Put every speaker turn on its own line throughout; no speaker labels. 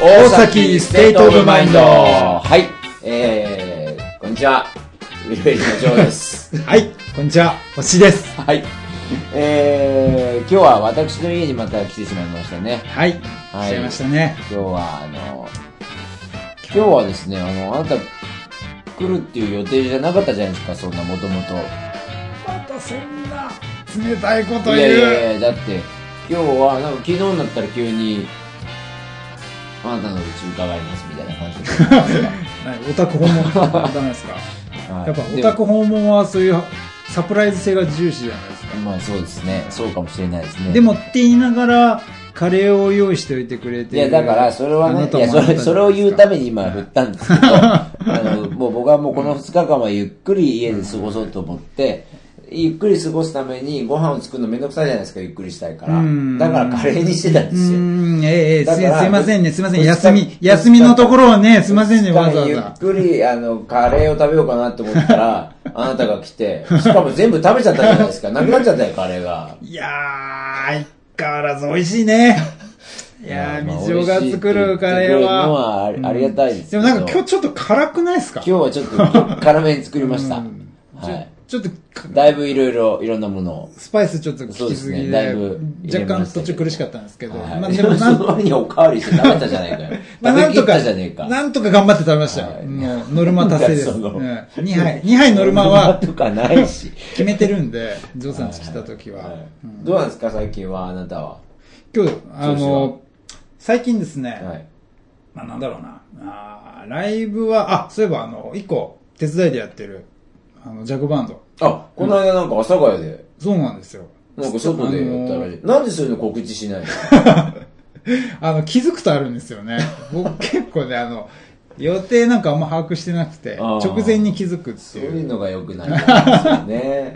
大崎ステートオブマインドはい、えー、こんにちは。ウィルベリーのジョーです。
はい、こんにちは、星で す。
はい。えー、今日は私の家にまた来てしまいましたね。
はい、来
はい
ちゃいましたね。
今日は、あの、今日はですね、あの、あなた来るっていう予定じゃなかったじゃないですか、そんなもともと。
またそんな冷たいこと
いや
言。
いうや いや、だって、今日は、なんか昨日になったら急に、あなたのうち伺いますみたいな感じ で。
はいオタク訪問ダメですか
はい
やっぱオ
で
タク訪問はそういうサプライズ性が重視じゃないですか。
まあそうですね。そうかもしれないですね。
でもって言いながら、カレーを用意しておいてくれて
いや、
る
だから、それは
あ
ね
な、た
い
も
や、それ、
あなたじゃないですか
それを言うために今振ったんですけど、あの、もう僕はもうこの2日間はゆっくり家で過ごそうと思って、ゆっくり過ごすためにご飯を作るのめんどくさいじゃないですか、ゆっくりしたいから
う。ん
だからカレーにしてたん
う
ですよ。
ーん、ええええ
だ
す
から
すいませんね、すいません。
二日
休
二
み
日、
休みのところをね、すいませんね、わざわ
ゆ
ざ
っ。くり、あの、カレーを食べようかなって思った ら、あなたが来て、しかも全部食べちゃったじゃないですか。なくなっちゃったよ、カレーが。
いやー、相変わらず美味しいね。 いやー、
まあ
みじおが作るカ
美味しいって言ってくれ
レーは。
るのはありありがたいですけ
で
ど
もなんか今日ちょっと辛くないですか
今日はちょっと辛めに作りました。はい。
ちょっとか、
だいぶいろいろ、いろんなものを。
スパイスちょっと効
そう
き
です
す
ね
ぎ
だい
で
ぶ入、れ
若
ま
干
したけ
途
ど
中苦しかったんですけど。
は
まあ
い。
で
でも
もな
そ
ん
の割におかわりして食べたじゃないかよ。
まあ
食
な
べ
ん
き
と
っ
か
たじゃねえ、か。
なんとか頑張って食べました
は
よ。
い
もう、ノルマ達成です。
な
う ん
かその
2杯、2杯ノルマは
とかないし。
決めてるんで、ジョーさんち来た時は。
はいどうなんですか、最近は、あなたは。
今日、あ
調子は
の、最近ですね、
はい。
まあ、なんだろうな。あーライブは、あ、そういえば、あの、一個、手伝いでやってる、あの、ジャグバンド。
あ、この間なんか阿佐ヶ谷で、
そうなんですよ。
なんか外でやったらしい。なんでそういうの告知しないの
あの、気づくとあるんですよね。僕結構ね、あの、予定なんかあんま把握してなくて、
あー
直前に気づくって
そう
い。
いううのが良くないですよね。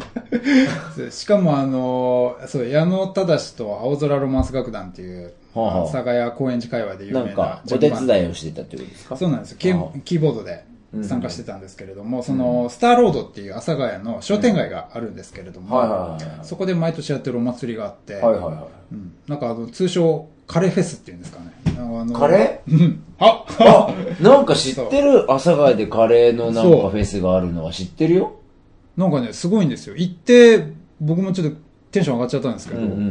そうしかもあの、そう、矢野忠と青空ロマンス楽団っていう、
はあはあ
阿佐ヶ谷公園寺界隈 で有
な
名
んか
な、
お手
ンド。
伝いをしてたってことですか
そうなんですよ。キ
あ
ーキーボードで
うん
参加してたんですけれども、その、スターロードっていう阿佐ヶ谷の商店街があるんですけれども、
はいはいはい
そこで毎年やってるお祭りがあって、
はいはいは
うん、なんかあの通称カレーフェスっていうんですかね。あの
い。カレー
うん。あ
あ、なんか知ってる阿佐ヶ谷でカレーのなんかフェスがあるのは知ってるよ。
なんかね、すごいんですよ。行って、僕もちょっとテンション上がっちゃったんですけ
うん
ど、
うんう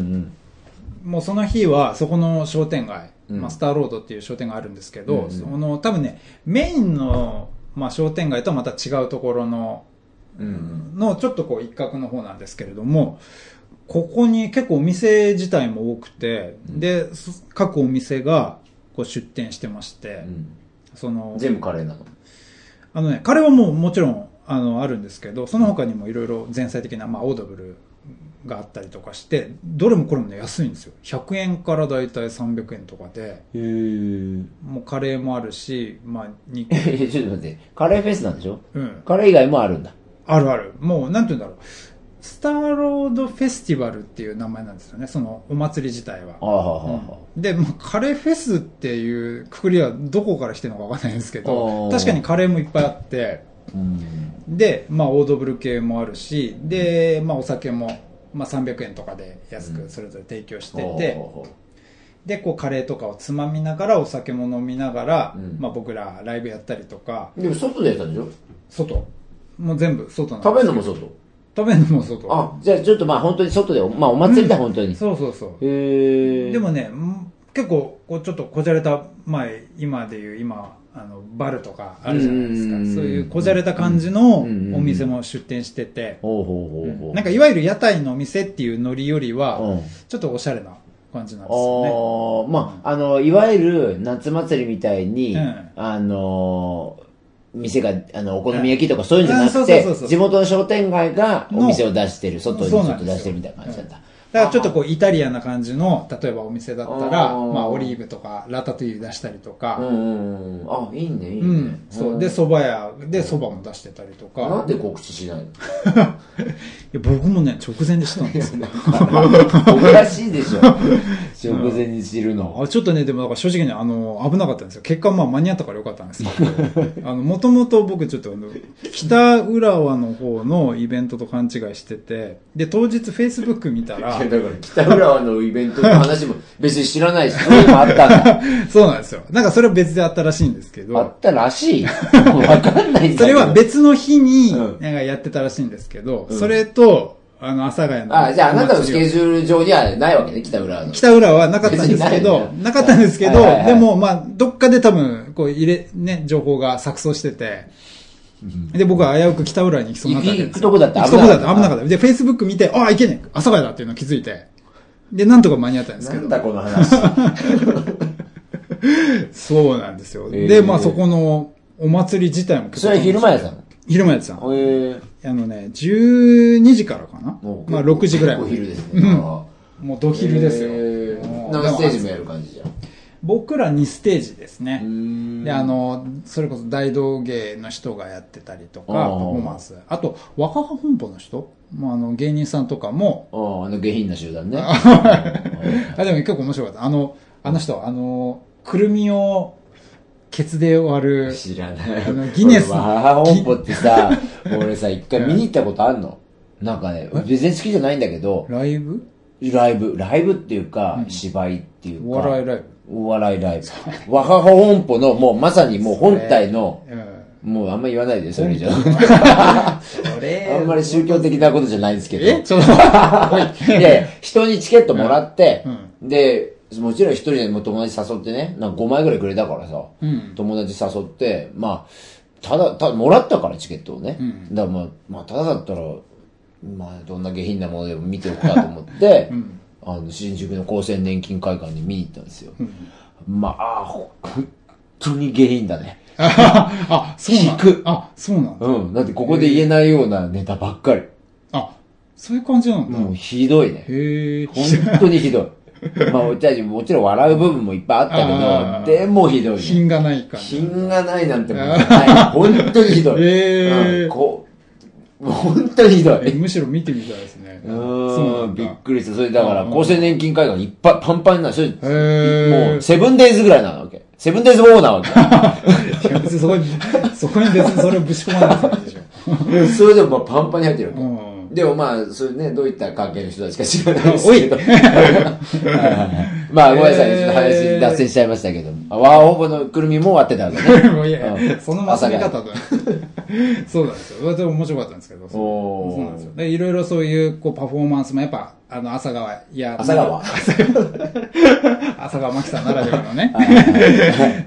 ん。
もうその日はそこの商店街、
うん
まあ、スターロードっていう商店街あるんですけど、
うんうん
その多分ね、メインの、まあ、商店街とはまた違うところの、
うんうん
のちょっとこう一角の方なんですけれども、ここに結構お店自体も多くて、で、そ各お店がこう出店してまして、その、
全部カレーなの
あのね、カレーはもうもちろん、あの、あるんですけど、その他にもいろいろ前菜的な、まあ、オードブルがあったりとかして、どれもこれもね、安いんですよ。100円からだいたい300円とかで、
へ
もうカレーもあるし、まあ、肉、
え ちょっと待ってカレーフェスなんでしょ
うん。
カレー以外もあるんだ
あるある。もう、なんて言うんだろう。スターロードフェスティバルっていう名前なんですよね、そのお祭り自体は
あ。あはあはあは
うんで、まあ、カレーフェスっていうくくりはどこから来てるのかわかんないんですけ
お
ど
ー、
確かにカレーもいっぱいあって、
うん
で、まあ、オードブル系もあるし、で、まあ、お酒も、まあ、300円とかで安
うん
くそれぞれ提供して
ほう
て、
ほうほ
で、こう、カレーとかをつまみながら、お酒も飲みながら、
うん
まあ、僕らライブやったりとか、
うでも外でやったんでしょ
外。もう全部外なんです
食べるのも外
食べるのも外。
あじゃあちょっとまあ本当に外でまあお祭りだ本当に
そうそうそう。
へえ
でもね、ん結構、こう、ちょっとこじゃれた、前、今でいう、今、あの、バルとかあるじゃないですか。
う
そうんいうこじゃれた感じのお
うん
店も出店してて、
ほうほうほうほう
なんか、いわゆる屋台のお店っていうノリよりは、
うん
ちょっとおしゃれな感じなんですよ
ああまああのいわゆる夏祭りみたいに
うん
あの店があのお好み焼きとかそういうんじゃな
う
く
んそう
て
そうそうそう
地元の商店街がお店を出してる外にち
そう
ょ
な
っ
ん
と
ですよ
出してるみたいな感じだった
ね。だからちょっとこうイタリアンな感じの、例えばお店だったら、
あー
まあオリーブとかラタトゥイユ出したり
う
と
ん
か、
うんうんあいいねいいね、
うん、そう。で、
ん
蕎麦屋で蕎麦も出してたりと
な
か
ん、で告知しないの
いや僕もね、直前でしたんですよ。
おかしいでしょ。食前に知るの。
あちょっとね、でもだから正直にあの、危なかったんですよ。結果まあ間に合ったからよかったんですけ ど、あの、もともと僕ちょっとあの、北浦和の方のイベントと勘違いしてて、で、当日 Facebook 見た
い
ら
や、 だから北浦和のイベントの話 も別に知らないし、そういうのあったんだ。
そうなんですよ。なんかそれは別であったらしいんですけど、
あったら しい。わかんないんだけど
それは別の日に、な
うんん
かやってたらしいんですけど、それと、あの、阿佐ヶ谷の。
あ、じゃああなたのスケ
ュール。
ジュール上にはないわけね、北浦和の。
北浦はなかったんです
別に
けど、な
ないよね
かったんですけど
はいはいは、い
でも、まあ、どっかで多分、こう、入れ、ね、情報が錯綜してて、で、僕は危うく北浦和に行き そうになったわけですよ
行く行くとこだった
行くとこだっ
危なか
た、
った
危なかった。で、Facebook 見て、ああ、いけねえ阿佐ヶ谷だっていうのを気づいて、で、なんとか間に合ったんです
な
けど
ん。だこの話。
そうなんですよ。
えー
で、まあ、そこの、お祭り自体も結構
それは昼間やさん。
昼間やってたの
えー、
あのね、12時からかな
もう
まあ6時ぐらい
お
まで
昼ですね。あ
もう
ー
ド昼ですよ。
え
も
ー
う
何ステージも
でも
やる感じじゃん。
僕ら2ステージです
うー
ね。
ん
で、あ、の、それこそ大道芸の人がやってたりとか、パ
あー
フォーマンス。あと、若葉本舗の人まあ、あの、芸人さんとかも、
あーあの下品な集団ね。
あ、でも結構面白かった。あの、あの人、あの、くるみを、ケツで割 る、
知らない。
あのギネス
俺母本舗って さ、俺さ、一回見に行ったことあんの。なんかね、全然好きじゃないんだけど、
ライブ
ライブ、ライブっていうか、芝居っていうか、
お笑いライ
お笑いライブ。若葉本舗の、もうまさにもう本体の、
ブ。うん。
もうあんま言わないで、それ以上。
それ
あんまり宗教的なことじゃないんですけど。
えち ょっと、おい。
いや いや、人にチケットもらって、
うん
で、もちろん一人でも友達誘ってね、なんか5枚ぐらいくれたからさ、
うん
友達誘って、まあ、ただ、ただ、もらったからチケットをね。
うん
だからまあ、まあ、ただだったら、まあ、どんな下品なものでも見ておくかと思って、
ん
あの、新宿の厚生年金会館に見に行ったんですよ。まあ、あーほ本当に下品だね。
あ、そうなんだ
引く
あ、そうなんだ。
うん。だってここで言えないようなネタばっかり。
あ、そういう感じなんだ。
もうひどいね。
へえ。
本当にひどい。まあ、俺たちもちろん笑う部分もいっぱいあった
あー
けど、でもひどい、ね。
品がない感じ。
品がないなんてもんじゃない。本当にひどい。
へー
うんこう、もう本当にひど
え
い。
むしろ見てみたいですね。
う
そう
ー
なん
ん、
だ
びっくりした。それだから、
うん
厚生年金会館いっぱいパンパンになる。それ
ー
もう、セブンデイズぐらいなわけ。セブンデイズオーなわけ。
いや別にそこに、そこに別にそれをぶち込まなくていいでしょ。
それでもまあパンパンに入ってるわけ。
うん
でもまあ、それね、どういった関係の人たちか知らないです
おい
けど。はいはいはいまあ、ごめんなさい。ちょっと話
えー
脱線しちゃいましたけど。あワーホーのくるみも割ってたんだね。
もういやいや、
うん
そのまとめ方だ。そうなんですよ。でも面白かったんですけど。そう
おー
そうなんですよ。で、いろいろそういう、こう、パフォーマンスもやっぱ、あの、朝川や、
朝川
朝川真紀さんならではの ね。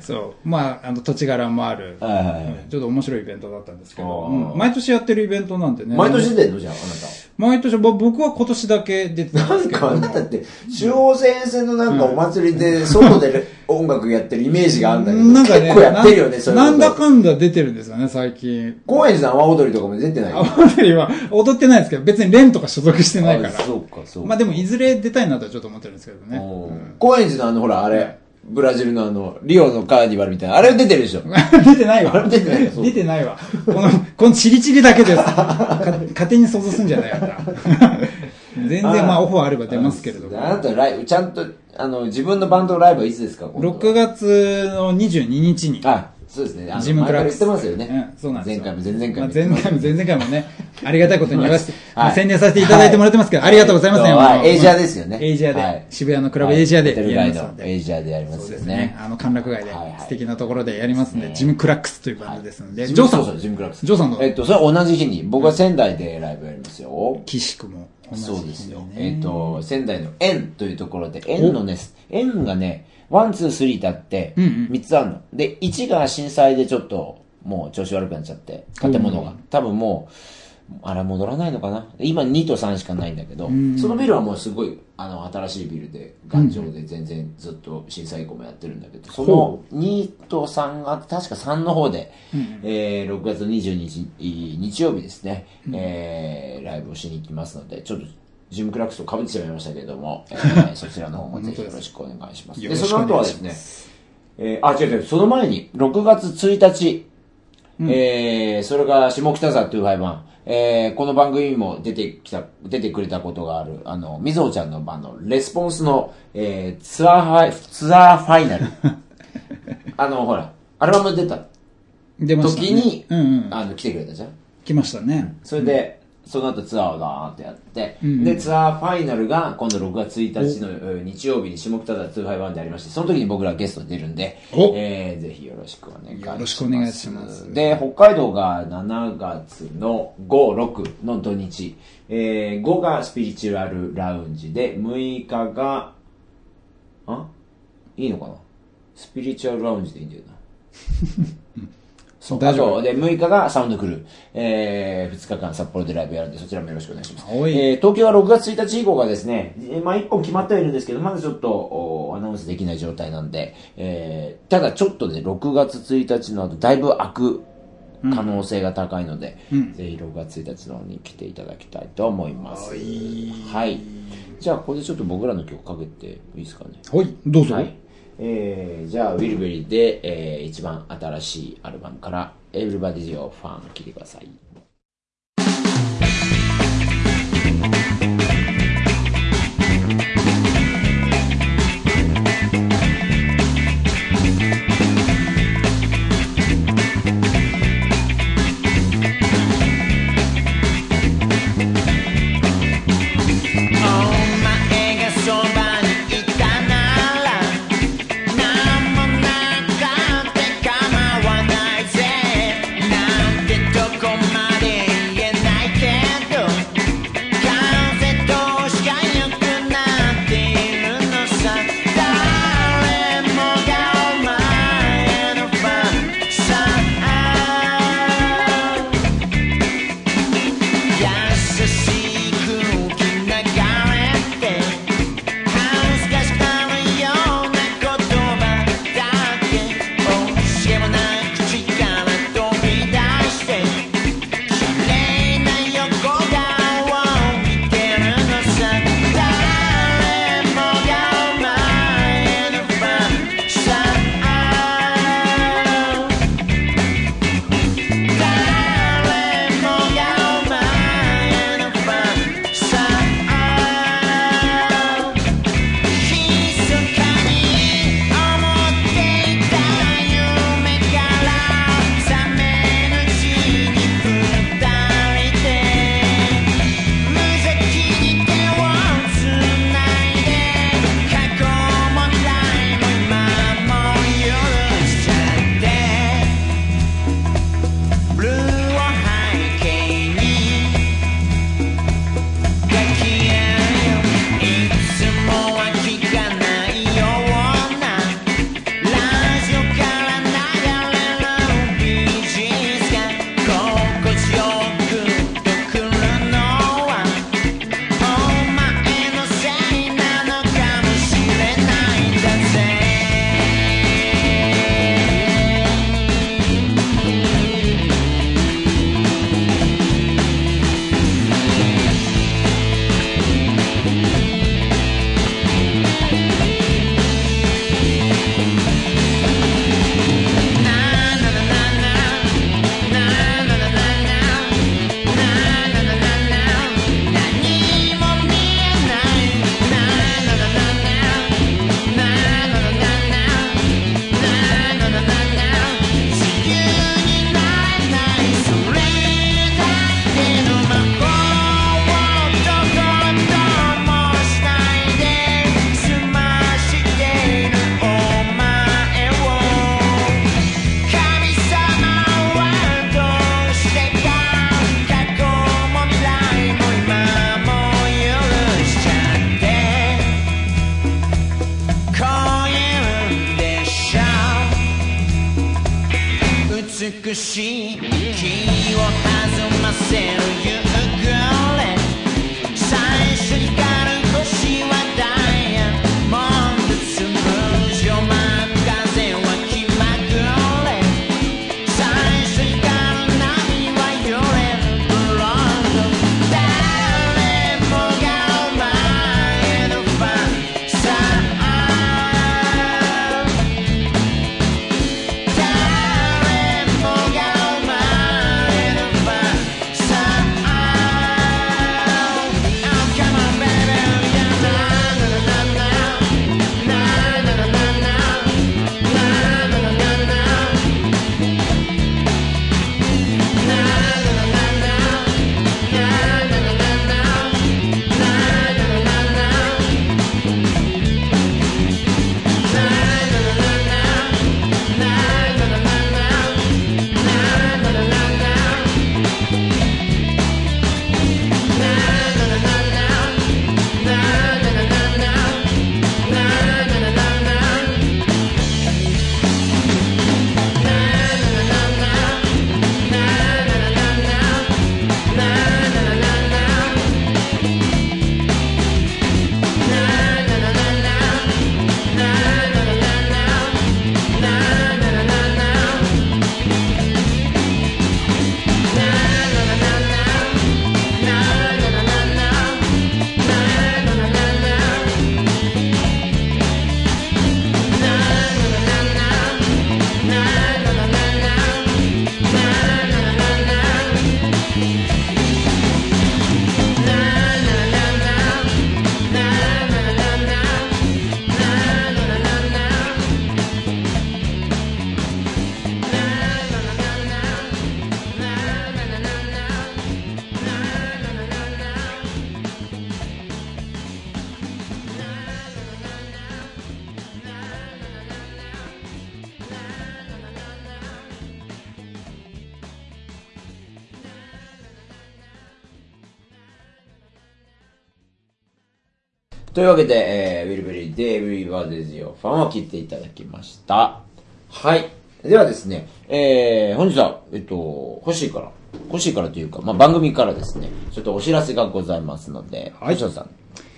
そう。まあ、あの、土地柄もある。
はいはいはい
ちょっと面白いイベントだったんですけど、
あ
う
ー
ん毎年やってるイベントなんでね。
毎年出てんのじゃん、あなた。
毎年、ぼ僕は今年だけ出てたんで
な
す
ん
け
か
ど。
あなたって、中央線線のなんかお祭りで、外で音楽やってるイメージがあるんだけど、
なんかね、
結構やってるよね、
な
そういうこ
な
と
んだかんだ出てるんですよね、最近。
高円寺の阿波踊りとかも出てない
あ、踊りは踊ってないですけど、別に連とか所属してないか
あそうか、
ら。
そう
まあ
か。
でも、いずれ出たいなとはちょっと思ってるんですけどね。
おー高円寺のあの、ほら、あれ、ブラジルのあの、リオのカーニバルみたいな、あれ出てるでしょ。
出てないわ。
出てないそう
出てないわ。この、このチリチリだけです。か勝手に想像すんじゃないやった。全然まあオファーあれば出ますけれど
あな
も。
たライブ、ちゃんと、あの、自分のバンドライブはいつですか今度は
6月の22日に。
あ、そうですね。あの
ジムクラックス。
前から言ってますよね。
うん、そうなんです
前
よ。
回も前々
ま
回
あ
も。
前回も前々回もね、ありがたいことに言わせて、
はい
まあ宣伝させていただいてもらってますけど、
はい
ありがとうございますね。
はい
あの
エイジアですよね
エイジアで、
はい
渋谷のクラブエイジアで
ホテル
やり
街
ますの
の
で。
エイジアでやりま
そう
す
で
よ
すね
ね。。
あの、歓楽街で
はいはい
素敵なところでやりますんで、
そうですね
ジム・クラックスというバンドですので、
ジム
ジョーさ
そうそ
ん、
うジムクラックス
ジョーさんの、
えっと、それは同じ日に、僕は仙台でライブやりますよ。
岸君も同じ日にね
そうですよ。えっと、仙台の円というところで、円のね、円がね、ワン、ツー、スリーってあって、
うんうん
3つあるの。で、1が震災でちょっと、もう調子悪くなっちゃって、建物が。多分もう、あれ戻らないのかな今2と3しかないんだけど、
ん
そのビルはもうすごい、あの、新しいビルで、頑丈で全然ずっと震災以降もやってるんだけど、その
ほ
2と3が、確か3の方で、えー6月22日、日曜日ですね、えーライブをしに行きますので、ちょっと、ジムクラックスと被ってしまいましたけれども、えーそちらの方もぜひよろしくお願いします。
よ
で、
ろしく
その後はですね、えーあ、違う違う、その前に、6月1日、えーそれが下北沢251、えーこの番組にも出てきた、出てくれたことがある、あの、みぞおちゃんの番のレスポンスの、えーツアーファイ、ツアーファイナ ル。あの、ほら、アルバム出た
出ました、ね。
時に、
うんうん。
あの、来てくれたじゃん。
来ましたね。
それで、その後ツアーをガーンってやって、
うん
で、ツアーファイナルが今度6月1日のえー日曜日に下北沢2ハイバンでありまして、その時に僕らゲストに出るんで、
お
えーぜひよろしくお願いします。
よろしくお願いします
で、北海道が7月の5、6の土日、えー5がスピリチュアルラウンジで、6日が、あいいのかなスピリチュアルラウンジでいいんだよな。そう、
大丈夫
あとで、6日がサウンドクルー。えー、2日間札幌でライブやるんで、そちらもよろしくお願いします。え
はい
ー、東京は6月1日以降がですね、えーまあ1本決まってはいるんですけど、まだちょっと、おアナウンスできない状態なんで、えー、ただちょっとね、6月1日の後、だいぶ開く可能性が高いので、
うん
ぜひ6月1日の方に来ていただきたいと思います。はい。じゃあ、ここでちょっと僕らの曲かけていいですかね。
はい、どうぞ。
はい。えー、じゃあ、ウィルベリーで、えー、一番新しいアルバムから、エブリバディジオファン聞いてください。
「お前がそばにいたなら」「なんもなかって構わないぜ」「なんてどこまで言えないけど」「風通しが良くなっているのさ」「誰もがお前のファンさ」優しく流れて「半袖恥ずかしくなるような言葉だけ」「惜しげもない口から飛び出して」「綺麗な横顔を見てるのさ」「誰もがお前のファンさ」「誰もがお前のファンさ」「ひそかに思っていた夢から覚めるうちに二人で」「無邪気に手をつないで」「過去もないも今も許しちゃって」ブルーを背景に抱き合ういつもは聞かないようなラジオから流れる BGS が心地よくとくるのはお前のせいなのかもしれないんだぜ何も見えない自由になれないそれだけの魔法をどこどもしないで済ましているお前を「神様はどうしてか」「過去も未来も今も許しちゃって」「こういうんでしょ」「美しい気を弾ませる夕暮れ」「最初に光る星はダイヤモンド」「つむじを舞う風は気まぐれ」「最初に光る波は揺れるブロンド」「誰もがお前のファンさ」誰もがお前のファンさ
というわけで、えー、ウィルベリーで、ウィーバーデジオファンを切っていただきました。はい。ではですね、えー、本日は、えっと、欲しいから、欲しいからというか、まあ、番組からですね、ちょっとお知らせがございますので、
はい
星野さん、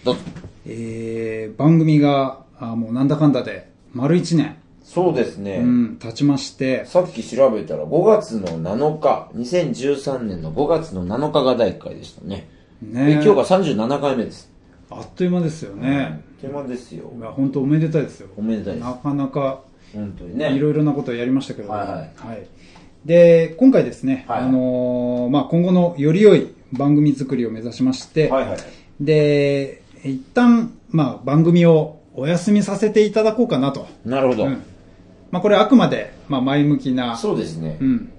どうぞ。
えー番組が、あもうなんだかんだで、丸1年、
そうですね、
うん、経ちまして、
さっき調べたら5月の7日、2013年の5月の7日が第1回でしたね。
ねえ
で今日が37回目です。
あっという間ですよね。
手間ですよ。
いや、本当おめでたいですよ。
おめでたいです
なかなか、
本当にね。
いろいろなことをやりましたけど、
はいはい
で、今回ですね、
はいはい
あのーまあ、今後のより良い番組作りを目指しまして、
はいはい。
で、一旦、まあ、番組をお休みさせていただこうかなと。
なるほど。
うんまあ、これあくまで、まあ、前向きな、
そうですね。
うん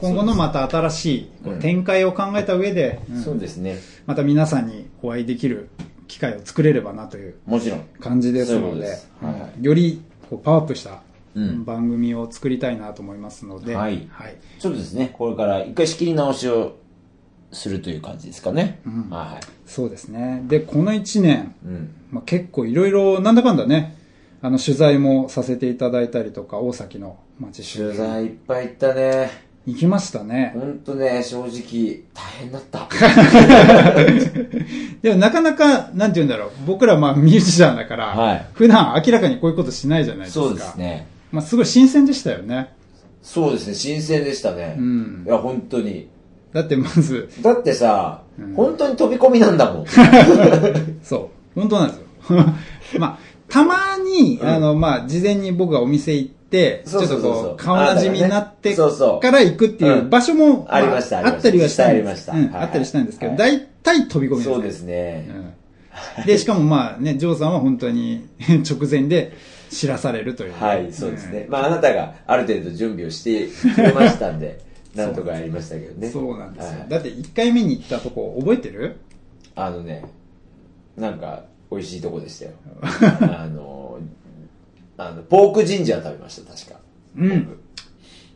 今後のまた新しいこう
うん
展開を考えた上で、うん
そうですね。
また皆さんにお会いできる機会を作れればなという
もちろん。
感じです
そういう
の
こと
で、
ですはいはい
うんよりこうパワーアップした
うん
番組を作りたいなと思いますので、
はいちょっとですね、これから一回仕切り直しをするという感じですかね。
うん
はいはい。
そうですね。で、この1年、
うん。
まあ、結構いろいろ、なんだかんだね、あの取材もさせていただいたりとか、大崎の町
取材いっぱい行ったね。
行きましたね。
ほんとね、正直、大変だ った。
でもなかなか、なんて言うんだろう、僕らまあミュージシャンだから、
はい
普段明らかにこういうことしないじゃないですか。
そうです。ね。
まあすごい新鮮でしたよね。
そうですね、新鮮でしたね。
うん
いや、本当に。
だってまず、
だってさ、
うん
本当に飛び込みなんだもん。
そう、本当なんですよ。 まあ、たまに、
うん
あの、まあ、事前に僕がお店行って、ち
そ
ょ
う
っ
そ
と
うそうそう
こう、顔馴染みになって
あだからねそうそう
から行くってい
う
う
ん
場所も、
ありました
あ
ありました
ったりはした
実際あ
んです。
りました
うん
はい
あったりしたんですけど、
はい
大体飛び込み
そうですすね。
ね。うんで、しかもまあね、ジョーさんは本当に 直前で知らされるという。
はい、そうですね。まあ、あなたがある程度準備をしてくれましたん で、なんとかやりましたけど
うん。
ね。
そうなんです
は
よ。
い
だって1回目に行ったとこ覚えてる
あのね、なんか、美味しいとこでした よ。あの、あの、ポークジンジャー食べました、確か。
うん。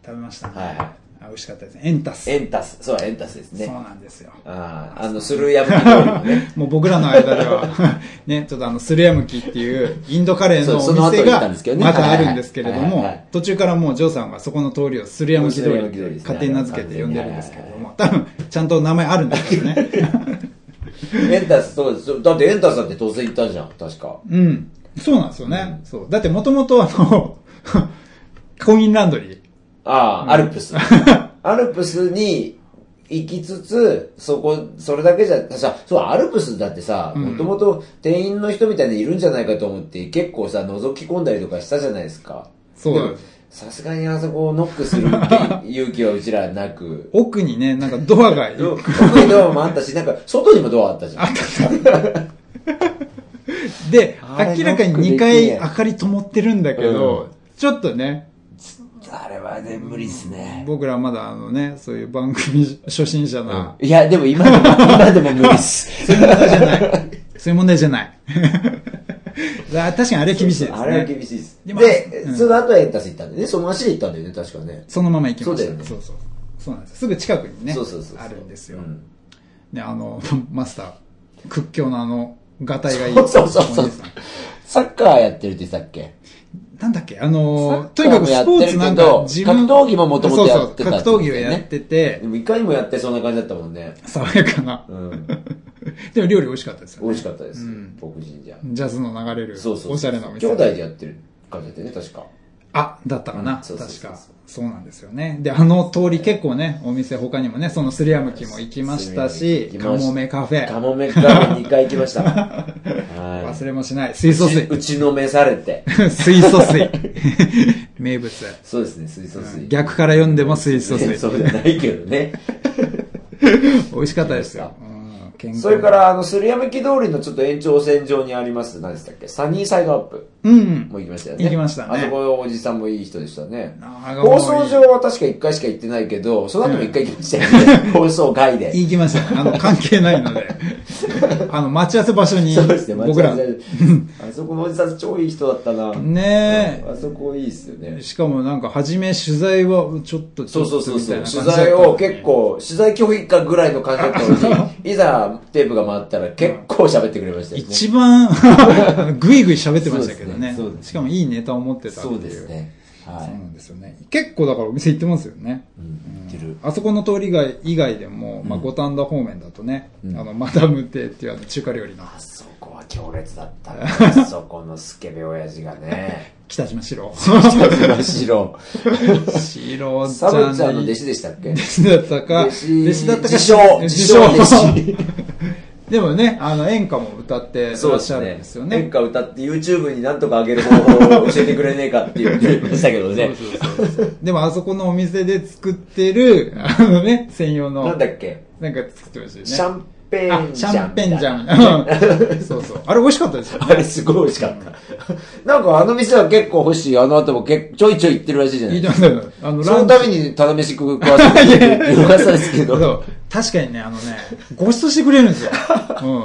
食べましたね。
はいは
あ美味しかったですね。エンタス。
い。エンタス、そう、エンタスですね。
そうなんですよ。
ああ、あの、スルヤムキ料理の ね。
もう僕らの間では、 ね、ちょっとあの、スルヤムキっていうインドカレーの
そう
お
その
店
後行ったん
が
ですけど、ね
またあるんですけれど
はいはいはいは
も
い、
途中からもうジョーさんはそこの通りをスルヤムキ通り
スルヤムキ通り
っ
で
て
すね
勝手に名付けて呼んでるんですけれども、多分、ちゃんと名前あるんですよね。
エンタス、そうです。だってエンタスだって当然行ったじゃん、確か。
うん。そうなんですよね。そう。だってもともとあの、 コインランドリー。
ああ、アルプ ス。アルプスに行きつつ、そこ、それだけじゃ、さ、そう、アルプスだってさ、もともと店員の人みたいにいるんじゃないかと思って、結構さ、覗き込んだりとかしたじゃないですか。
そう
でもさすがにあそこをノックする勇気はうちらなく。
奥にね、なんかドアがい
奥にドアもあったし、なんか、外にもドアあったじゃん。
で
あれ、
明らかに
ノックできね
2
え
回明かり灯ってるんだけ
うん
ど、ちょっとね、
あれはね、無理っすね。
僕らまだあのね、そういう番組初心者な、
いや、でも 今でも、今でも無理っす。
そういう問題じゃない。 あ確かにあれは厳しいですね。
あれは厳しいです。
で
で、
まあうん
その後エンタス行ったんでね、その足で行ったんだよね、確かね。
そのまま行きました。
そうだよね
そうそう。そうなんです。すぐ近くにね、
そうそうそうそう
あるんですよ。
うん
ね、あの、 マスター、屈強のあの、ガタイがいい。
そうそうそう
お
そう
姉さん。
サッカーやってるって言ってたっけ
なんだっけあ
サッ
の、
カ
と
ー
に
も
かくスポーツなん
や
か
ってるけど格闘技も元々やってたって
そうそう、格闘技をやってて
で、もいかにもやってそんな感じだったもんね。
爽やかな。
うん。
でも料理美味しかったですよ、
美
ね。
味しかったです。僕神社。
ジャズの流れる、
そうそうそう。
おしゃれなお店。
兄弟でやってる感じだったよね、確か。
あ、だったかな、
うんそうそうそう
確か。そうなんですよね。で、あの通り結構ね、お店他にもね、そのスリアムキも行きましたし、
行き
カ
まし
モメカフェ、
カモメカフェ2回行きました。
忘
は
れもしない、水
い。
素水。
打ちのめされて。
水素水。名物。
そうですね、水素水。
逆から読んでも水素水。
そうじゃないけどね。
美味しかったですよ。うん、健
それか。ら、あの、スルヤムキ通りのちょっと延長線上にあります、何でしたっけサニーサイドアップ。
うん。
もう行きましたよね。
行きましたね
あそこのおじさんもいい人でしたね。
あー
放送上は確か1回しか行ってないけど、その後も1回行きましたよね。放送外で。
行きました。あの、関係ない ので。あの、待ち合わせ場所に
そうですね、、
僕ら。
間違いない あそこのおじさん超いい人だったな。
ねえ
うんあそこいいですよね。
しかもなんか、初め取材はちょっと、ち
そ
ょ
う
っ
そ
と
うそう
みた
そ。
いう
取
な感じだった
材
のに
を結構、取材拒否かぐらいの感じだったのに、いざが、テープが回ったら結構喋ってくれましたよね。
一番、 ぐいぐい喋ってましたけどね
そうですねそうですね
しかもいいネタを持ってたっていう。
そうですね。は。
そうないんですよね。結構だからお店行ってますよね。
うん、言ってる。
あそこの通り以外以外でも、まあ、五反田方面だとね、あの、マダム亭っていうあの中華料 理の
あそこは強烈だったね。あそこのスケベ親父がね。
北島四郎。
むしろ。
四郎ち
サ
ゃ
ブ
ん
ちゃんの弟
弟
子でしたっけ
子だったか、
弟子
弟子だったか、
自称
自
自称弟子
でもね、あの、演歌も歌ってらっしゃるんですよね。
演歌歌って YouTube になんとか上げる方法を教えてくれねえかって言ってましたけどね。
そうそうそうでもあそこのお店で作ってる、あのね、専用の。
なんだっけ
なんか作ってましたよね。
シャンペーンジャン。
あシャンペンジ ャン。そうそう。あれ美味しかったですよ。
あれすごい美味しかった。なんかあの店は結構欲しい。あの後も結ちょいちょい行ってるらしいじゃない
い
で
じ
す
ゃ
か。
ん。あの、
そ
ラ
の
ン
た
チ
めにただ飯食う食わせてくれるっていう噂ですけ
そ
ど
う。確かにね、あのね、ご馳走してくれるんですよ。うん。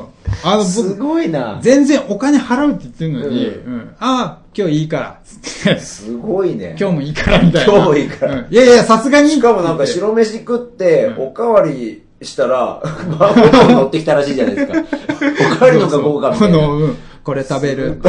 あの、
す
僕、
ごいな。
全然お金払うって言ってるのに、
う
うん。ああ、今日いいから、つって
すごいね。
今日もいいから、みたいな。
今日もいいから
うんいやいや、さすがに。
しかもなんか
って
白飯食って、おかわりした ら、マンゴーに乗ってきたらしいじゃないですか。 おかわりのか豪華みたい
あの
な。
うんこれ食べる。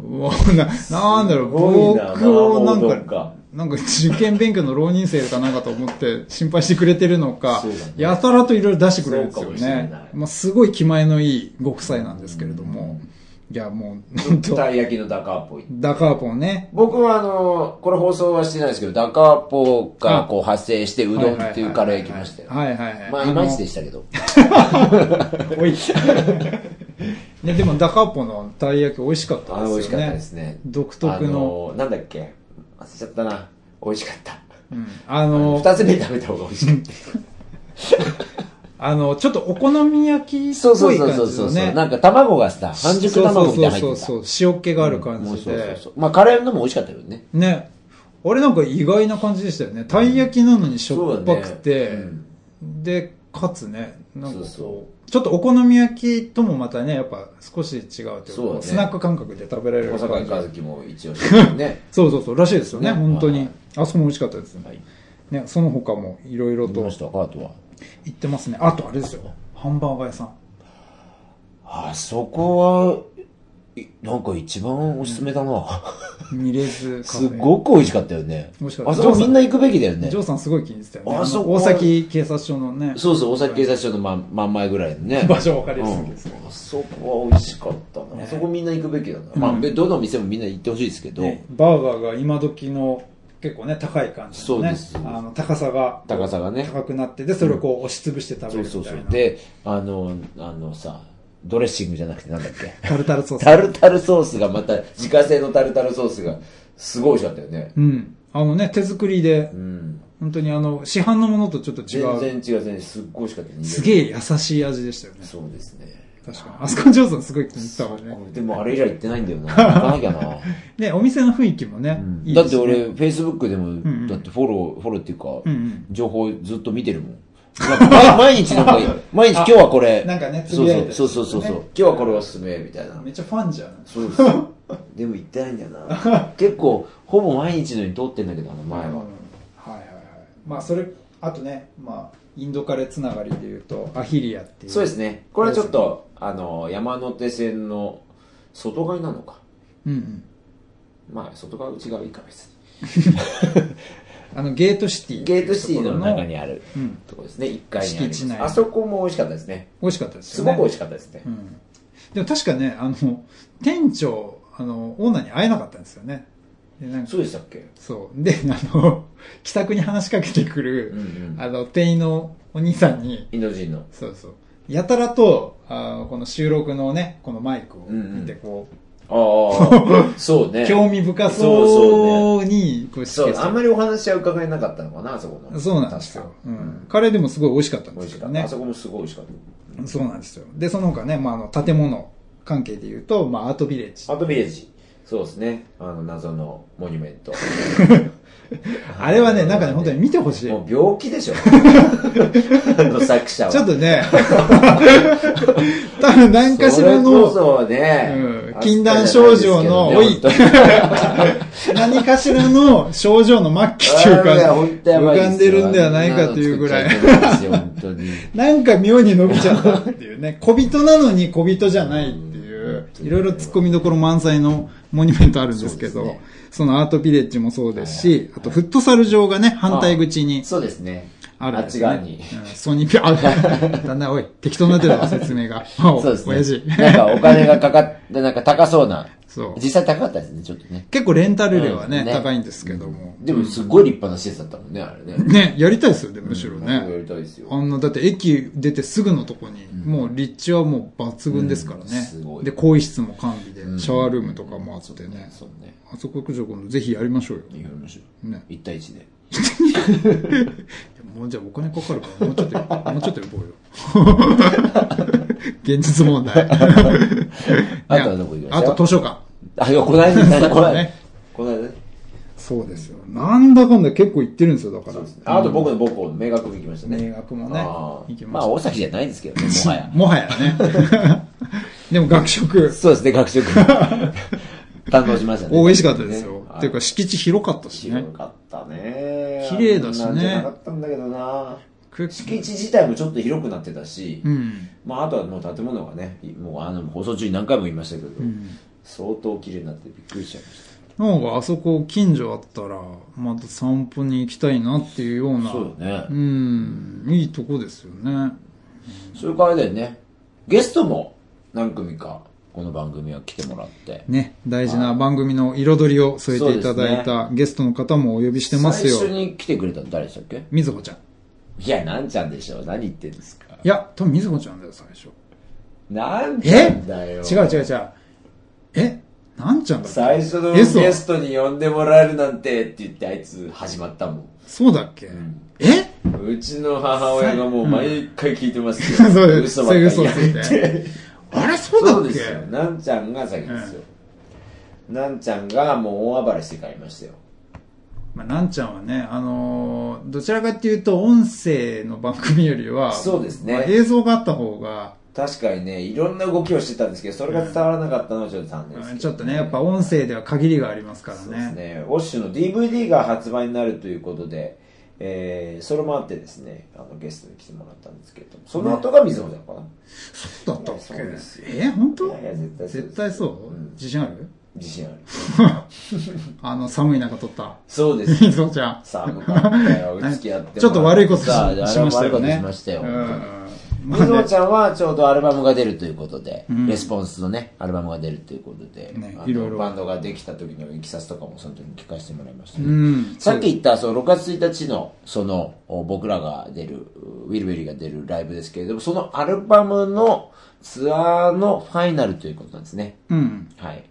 もうな、なんだろう、
ごいな
僕をな
麻婆
ん
丼
か
か、
なんか受験勉強の浪人生かなんかと思って心配してくれてるのか、
そうだね
やたらといろいろ出してくれるんですよ
そうかもしれ
ね
ない。
まあ、すごい気前のいいご夫妻なんですけれども、いや、もう、本 当
たい焼きのダカーポイ。
ダカーポンね、
僕はあの、これ放送はしてないですけど、ダカーポからこう派生して、うどんっていうカレー行きましたよ。
はいはいはい。
まあ、いまいちでしたけど。
おい。 ね、でも、ダカーポのたい焼き美味しかった
あ
ですよ
の、美
ね。
味しかったですね。
独特の。
あの。なんだっけ忘れちゃったな。美味しかった。
うんあの、
二つ目食べた方が美味しかった。
あの、ちょっとお好み焼きっ
そうそ
ぽ
う
い
そうそ
感
う
じ
そ
の
うそう。
ね。
なんか卵がさ、半熟卵みたいに入ってた。
そうそうそうそう、塩気がある感
もう
じ
そうそう
で。
そう。まあ、カレーのも美味しかったよね。
ね。あれなんか意外な感じでしたよね。たい焼きなのにしょっぱくて、
そうだね
で、かつね、なんかこう
そうそ
ちょっとお好み焼きともまたね、やっぱ少し違うというか
そうだね
スナック感覚で食べられる
小坂
感じ。
和樹も一応してるね。
そうそうそう、らしいですよね、
ね
本当
は
に
い。
あそこも美味しかったですね。
はい
ね、その他もいろいろ
どう
と
ましたかあとは。
行ってますね。あとあれですよ、ハンバーガー屋さん。
あそこは、いなんか一番おすすめだな。
ミレズカフ
す
ェ。
ごく美味しかったよね。
美味しかった
あそこみんな行くべきだよね
ジョ。ーさんすごい気に入ってたよね。
あ
あの
そこ
大崎警察署のね。
そうそう、大崎警察署の真真ん前ぐらいのね。
場所分かりやすいですね
うんあそこは美味しかったな。あそこみんな行くべきだな。まあ、でどの店もみんな行ってほしいですけど、
ねバーガーが今時の結構ね、高い感じ
そ
のね。
うです
あの、高さが。
高さがね。
高くなって、で、それをこう押しつぶして食
そうそ
べるみたいうな。
そう。で、あの、あのさ、ドレッシングじゃなくてなんだっけ
タルタルソー ス。
タルタルソースがまた自家製のタルタルソースがすごい美味しかったよね。
うん。あのね、手作りで
う、ん。
本当にあの、市販のものとちょっと違
全
う。
然違う、全然すっごい美味しかった。
すげえ優しい味でしたよね。
そうですね。
確かに。あそこのジョーさんすごい気に入ったわね。
でもあれ以来行ってないんだよ な。行かなきゃな。
で、お店の雰囲気もね、いい
だ
で
っ
す
て
ね
俺、、Facebook でも、
ん
だってフォロー、フォローっていうか、
うんうん
情報ずっと見てるもん。なんか毎 毎日なんか、毎日今日はこれ。
なんかねつ
そ
ぶ
う
やいてる
そうそうそうそう。
ね
今日はこれおすすめ、みたいな
め。っちゃファンじゃん。
そうですよ。でも行ってないんだよな。 結構、ほぼ毎日のように通ってんだけど、あの前
うん
は
はい。はいはいまあそれあとねまあインドカレーつながりでいうとアヒリアっていう
そうですすね。これはちょっと、あの、山手線の外側になるのか。
うんうん
まあ、外側、内側いいか別に。
あのゲートシティ
ゲートシティの中に
あ
ある
うん
とこですね。1階にあります
敷地内
あそこも美味しかったですね。
美味しかったです
す
よね
ごく美味
し
しかったですね。
かった、うん、でも確かねあの店長あのオーナーに会えなかったんですよねでなんか
そうでしたっけ
そうであの 気さくに話しかけてくる、
うんうん
あの店員のお兄さんに
インド人の。
そうそうやたらとあのこの収録のねこのマイクを見てこう、
あ あ、そうね。
興味深そうにこうして
そう、あんまりお話は伺えなかったのかな、あそこの。
そうなんですよ
確、か
うん、カレーでもすごい美味しかったん
美
で
味
す
し
け
かっ
ど
た。
ね
あそこもすごい美味しかっ
そうなんですよでその他ね、まあ、あの建物関係でいうと、まあ、アートビレッジ
た。アートビレッジ。そうですね。あの、謎のモニュメント。
あれはねなんかね本当に見てほしい
もう病気で しょ。あの作者は。
ちょっとね 多分 何かしら
それこ
の
そね
うん禁断症状の多
本
い
当に
何かしらの症状の末期という
あれ
か、
本当やば
浮
い
かんでるんではないかというぐらい。 なんか妙に伸びちゃったっていうね。小人なのに小人じゃないっていう、いろいろ突っ込みどころ満載のモニュメントあるんですけ
そ
ど、
う
そ
ですね
のアートビレッジもそうですし、
はいはいはい
あとフットサル場がね、反対口に
そうですね。
ある
あ
ん
っ
です、
ち
ね。
側に。
うんソニーピア、あ、だんだん、おい、適当になってた わ説明が。お
そうですね。
親父。
なん かお金がかかって、なんか高そうな。
そう
実際高かったですね、ちょっとね。
結構レンタル料はね、
うんね
高いんですけども。
でも、すごい立派な施設だったもんね、あれね。
ね、やりたいですよね、むしろね。
やりたいですよ。
あんな、だって駅出てすぐのとこに、もう立地はもう抜群ですからね。
うんすごい
で、更衣室も完備で、
ん
シャワールームとかもあってね。
そうね。
あそこ駆除今度ぜひやりましょうよ。
やりましょう。
ね。
1対1で。
もうじゃあお金かかるから、もうちょっ と、もうちょっと呼ぼうよ。 現実 問題。
あとはどこ行きまし
あ
た
と図書館。
あ、いや、こ ないだね、こないだ
ね。
こないだね。
そうですよ。なんだかんだ結構行ってるんですよ、だから。
あと僕の母校の名学部行きましたね。
名学もね
あー
行きま
ま
した
あ、大崎じゃないですけどね、もはや。
もはやね。 でも学食。
そうですね、学 食。堪能しましたね。
美味しかったですよ。
ね
っていうか、敷地広かったしね
広。かったね。
綺麗だしね
あんなんじゃなかったんだけどな。敷地自体もちょっと広くなってたし、
うん。
まあ、あとはもう建物がね、もうあの、放送中に何回も言いましたけど、相当綺麗になってびっくりしちゃいまし
なんかあそこ近所あったら、また散歩に行きたいなっていうよう
た。
な。
そうだね。
うん。いいとこですよね。
それからあれだよね、ゲストも何組か、この番組は来てもらって。
ね。大事な番組の彩りを添えていただいたゲストの方もお呼びしてます
最初
よ。
に来てくれたの誰でしたっけ
みずほちゃん。
いや、なんちゃんでしょ。何言ってんですか。
いや、多分みずほちゃんだよ、最初。
なんちゃ
え
んだよ。
違う違う違う。えなんちゃんだっけ
最初のゲ
ゲスト
ストに呼んでもらえるなんてって言ってあいつ始まったもん。
そうだっけえ
うちの母親がもう毎回聞いてます
うん そう
よ。
です
嘘ばっかり
そういう嘘つい
や って。
あれそうだ
そう
っ
ですよ。
け
なんちゃんが先ですよ。なんちゃんがもう大暴れして帰りましたよ。
まあ、なんちゃんはね、あのーどちらかっていうと、音声の番組よりは、
そうですね
まあ映像があった方が、
確かにね、いろんな動きをしてたんですけど、それが伝わらなかったのはちょっと残念ですけど、
ちょっとね、やっぱ音声では限りがありますからね。
そうですね。ウォッシュの DVD が発売になるということで、えー、それもあってですね、あのゲストに来てもらったんですけれども、その後が水穂ちゃんかな、
だったっけ
そうですよ
えー、本当
いやいや絶対そうです
絶対そう、
うん
自信ある
自信ある。
あの、寒い中撮った。
そうです
みぞちゃん。
寒かったよ付き合ってもら
ちょっと悪いことし
さあ
しましたよ
悪いこと
ね。
しましたよ
うんま
み
あ
ぞ
ね
ちゃんはちょうどアルバムが出るということで、
ん
レスポンスのね、アルバムが出るということで、
ね
あの
いろいろ
バンドができた時のいきさつとかもその時に聞かせてもらいましたね、
うん。
さっき言った、その6月1日の、その、お僕らが出る、ウィルベリーが出るライブですけれども、そのアルバムのツアーのファイナルということなんですね。
うん。
はい。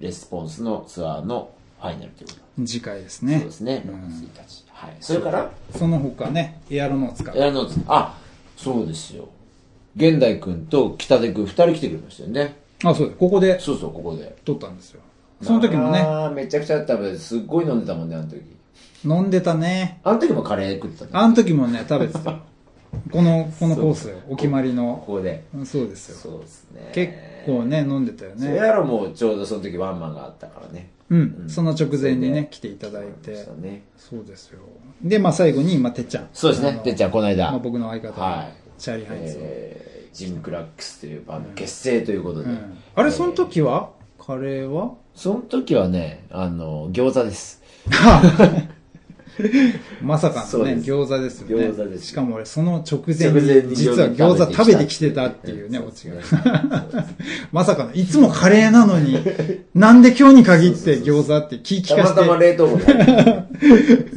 レスポンスのツアーのファイナルということ
次回ですね。
そうですね、6月1日。はい。それから、
その他ね、エアロノーツか。
エアノーツ。あ、そうですよ。現代君と北出君、二人来てくれましたよね。
あ、そうです。ここで
そうそう、ここで。
撮ったんですよ。その時もね、
あーめちゃくちゃだったぶん、すっごい飲んでたもんね、あの時。
飲んでたね。
あの時もカレー食ってたの
あの時もね、食べ てた。この、このコースよ。お決まり
こ
の。
こで。
そうですよ。
そうですね。
結構ね、飲んでたよ
そう
ね。
やろもちょうどその時ワンマンがあったからね。
うん。その直前に
それ
ね
で、
来ていただいて。
そうね
そうですよ。で、まあ最後に、まあてっちゃん。
そうです
あ
ね
の。
てっちゃん、この間。
まあ僕の相方、
はい
チャーリー・ハインズを。
えージム・クラックスというバンド結成ということで。
うんあれ、その時はカレーは
その時はね、あの、餃子です。
まさか
そ
の
う
ね、
です
餃子ですよね。
餃子です
しかも俺、その直前
直前
に、
に
実は餃子食べてきてたっていうね、
うん
オチが。まさかの、いつもカレーなのに、なんで今日に限って餃子って気聞
た
か
ま
せ
たま
て。
冷凍庫に入って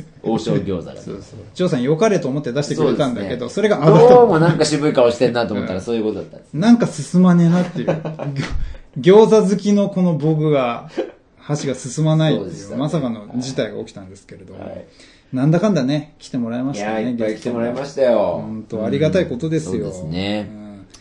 た王将餃子が。そうそう。
ジョーさん良かれと思って出してくれたんだけど、それがあだ
どう
と。
もなんか渋い顔してんなと思ったらそういうことだったんです。
なんか進まねえなっていう。ぎょ餃子好きのこの僕が、箸が進まないって
そうで
い
し
う、
たね
まさかの事態が起きたんですけれども。
はい
なんだかんだね、来てもらいま
い
した
やー、
ね。
いっぱい来てもらいました
た
よ。
本当ありがたいことです
そ
よ。
うですね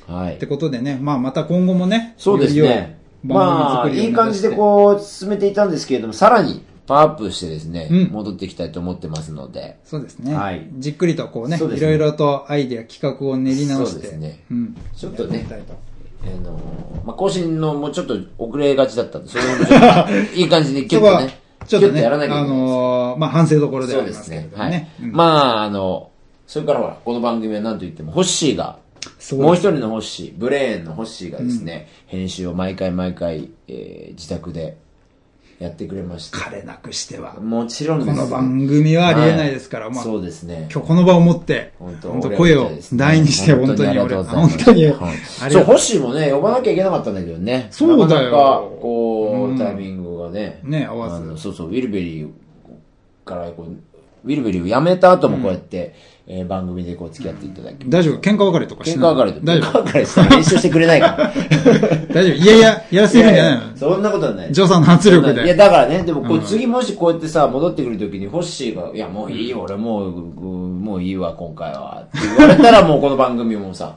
うん
はい
って。ことでね、まあまた今後もね、
そうです
より良い
ね。まあ、
番組作りを目指して
いい感じでこう、進めていたんですけれども、さらにパワーアップしてですね、
うん
戻っていきたいと思ってますので。
そうですね。
はい
じっくりとこうね、
そうで
い
すね
ろいろとアイデア、企画を練り直して。
そうですね
ん。
ちょっとね
やってみたいと
あ のーまあ、更新のもうちょっと遅れがちだったんで、それもちょっといい感じで結構
そこは
ね、
ちょっと
ギュッと
ね、
や
あ
らなきゃいけないです
のーまあ、反省どころで
そ
は
う
あ
で
りますすけれ
ね
ど。も
は
ね
い。。
うん
まあ、あの、それからほら、この番組は何と言っても、ホッシーが、
そうです
もう一人のホッシー、ブレーンのホッシーがですね、編集を毎回毎回、えー自宅でやってくれました。
彼なくしては、
もちろん
こ
です
の番組はありえないですから、
はい
まあ、
そうですね。
今日この場をもって、
本当
本当声を大にして、本当に
俺
俺、
は
本当に、あり
そう、
がと
星もね、呼ばなきゃいけなかったんだけどね。
そうだよ
なかなか、こ
うん
う、タイミングがね。
ね合わず
あのそうそう、ウィルベリーから、こう、ウィルベリーを辞めた後もこうやって、えー番組でこう付き合っていただき。
う。大丈夫喧嘩別れとかし
喧
ない
嘩別れて、
大
喧
丈
嘩
夫
別れて 練習してくれないから。
大丈夫いやいや、やらせるんじゃないの
そんなことはない。
ジョーさんの圧力で
いや、だからね、でもこう、次もしこうやってさ、戻ってくるときに、ホッシーが、いや、もういいよ、俺もう、もういいわ、今回は。って言われたら、 もうこの番組もさ、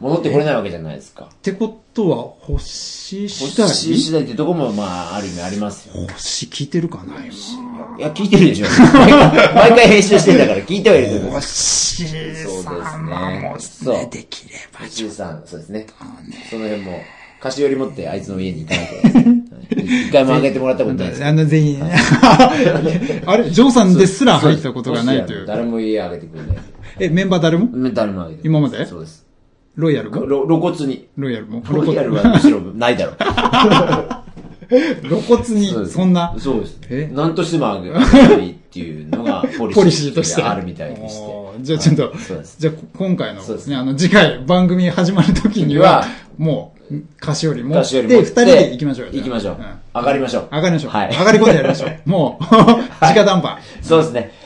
戻ってこれないわけじゃないですか。
ってことは、星
ホ
次第
ッシー次第ってとこも、まあ、ある意味ありますよ。
星聞いてるかな今。
いや、聞いてるでしょ。毎回毎回編集してんだから、聞いてはいるけど。ホ
星さんはもう
そうですね
ね、できれば
ッシーさん、そうですね。
ね。
その辺も、菓子折り持って、あいつの家に行かなきゃいけない はい一回もあげてもらったことないです。
あの、ぜひね。 あれ、ジョーさんですら入ったことがないと
ホッシ
い
ーは
う。
誰も家あげてくれない。
え、メンバー誰も
誰もあげてくれない
今まで
そうです。
ロイヤルも
ろ露骨に。
ロイヤルも
ロイヤルはむしろないだろう。
露 骨
う
に、
です
そんな。
そうです
え
ね。何としてもあげないっていうの がポ
ポリシーとして
あるみたいでして。
おーじゃあちょっと、
そうです。
じゃあこ今回の
そう
で
ですす
ね、あの次回番組始まる時には
は、
もう、菓子折りも、
菓子折り
で、
持
二
って
人で行きましょうよ。
行きましょう。
ん
上がりましょう。
上がりましょう。
はい。
上がり込んでやりましょう。もう、直談判。
そうですね。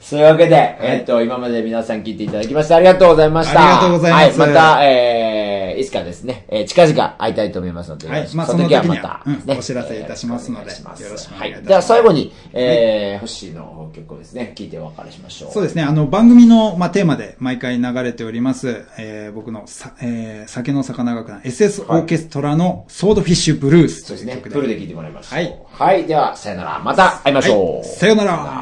そういうわけで、えっと、今まで皆さん聞いていただきましてありがとうございました。
ありがとうございます
はい、また、えー、いつかですね、えー、近々会いたいと思いますので、
はい
よろしく
まあその時にはうん
ね
お知らせいたしますので
えーよろしくお願いし
よろしくお
ま
願いい
す。はい。
たします
では最後に、えー、星の曲をですね、聞いてお別れしましょう。
そうですね。あの、番組の、まあ、テーマで毎回流れております、えー僕のさ、えー酒の魚楽団 SS オーケストラのソードフィッシュブルース
そ
と
うです
いう
ね。
曲
プ
で。
ロで聞いてもらいましょう。
はい。
はい。では、さよなら。また会いましょう。
はいさよなら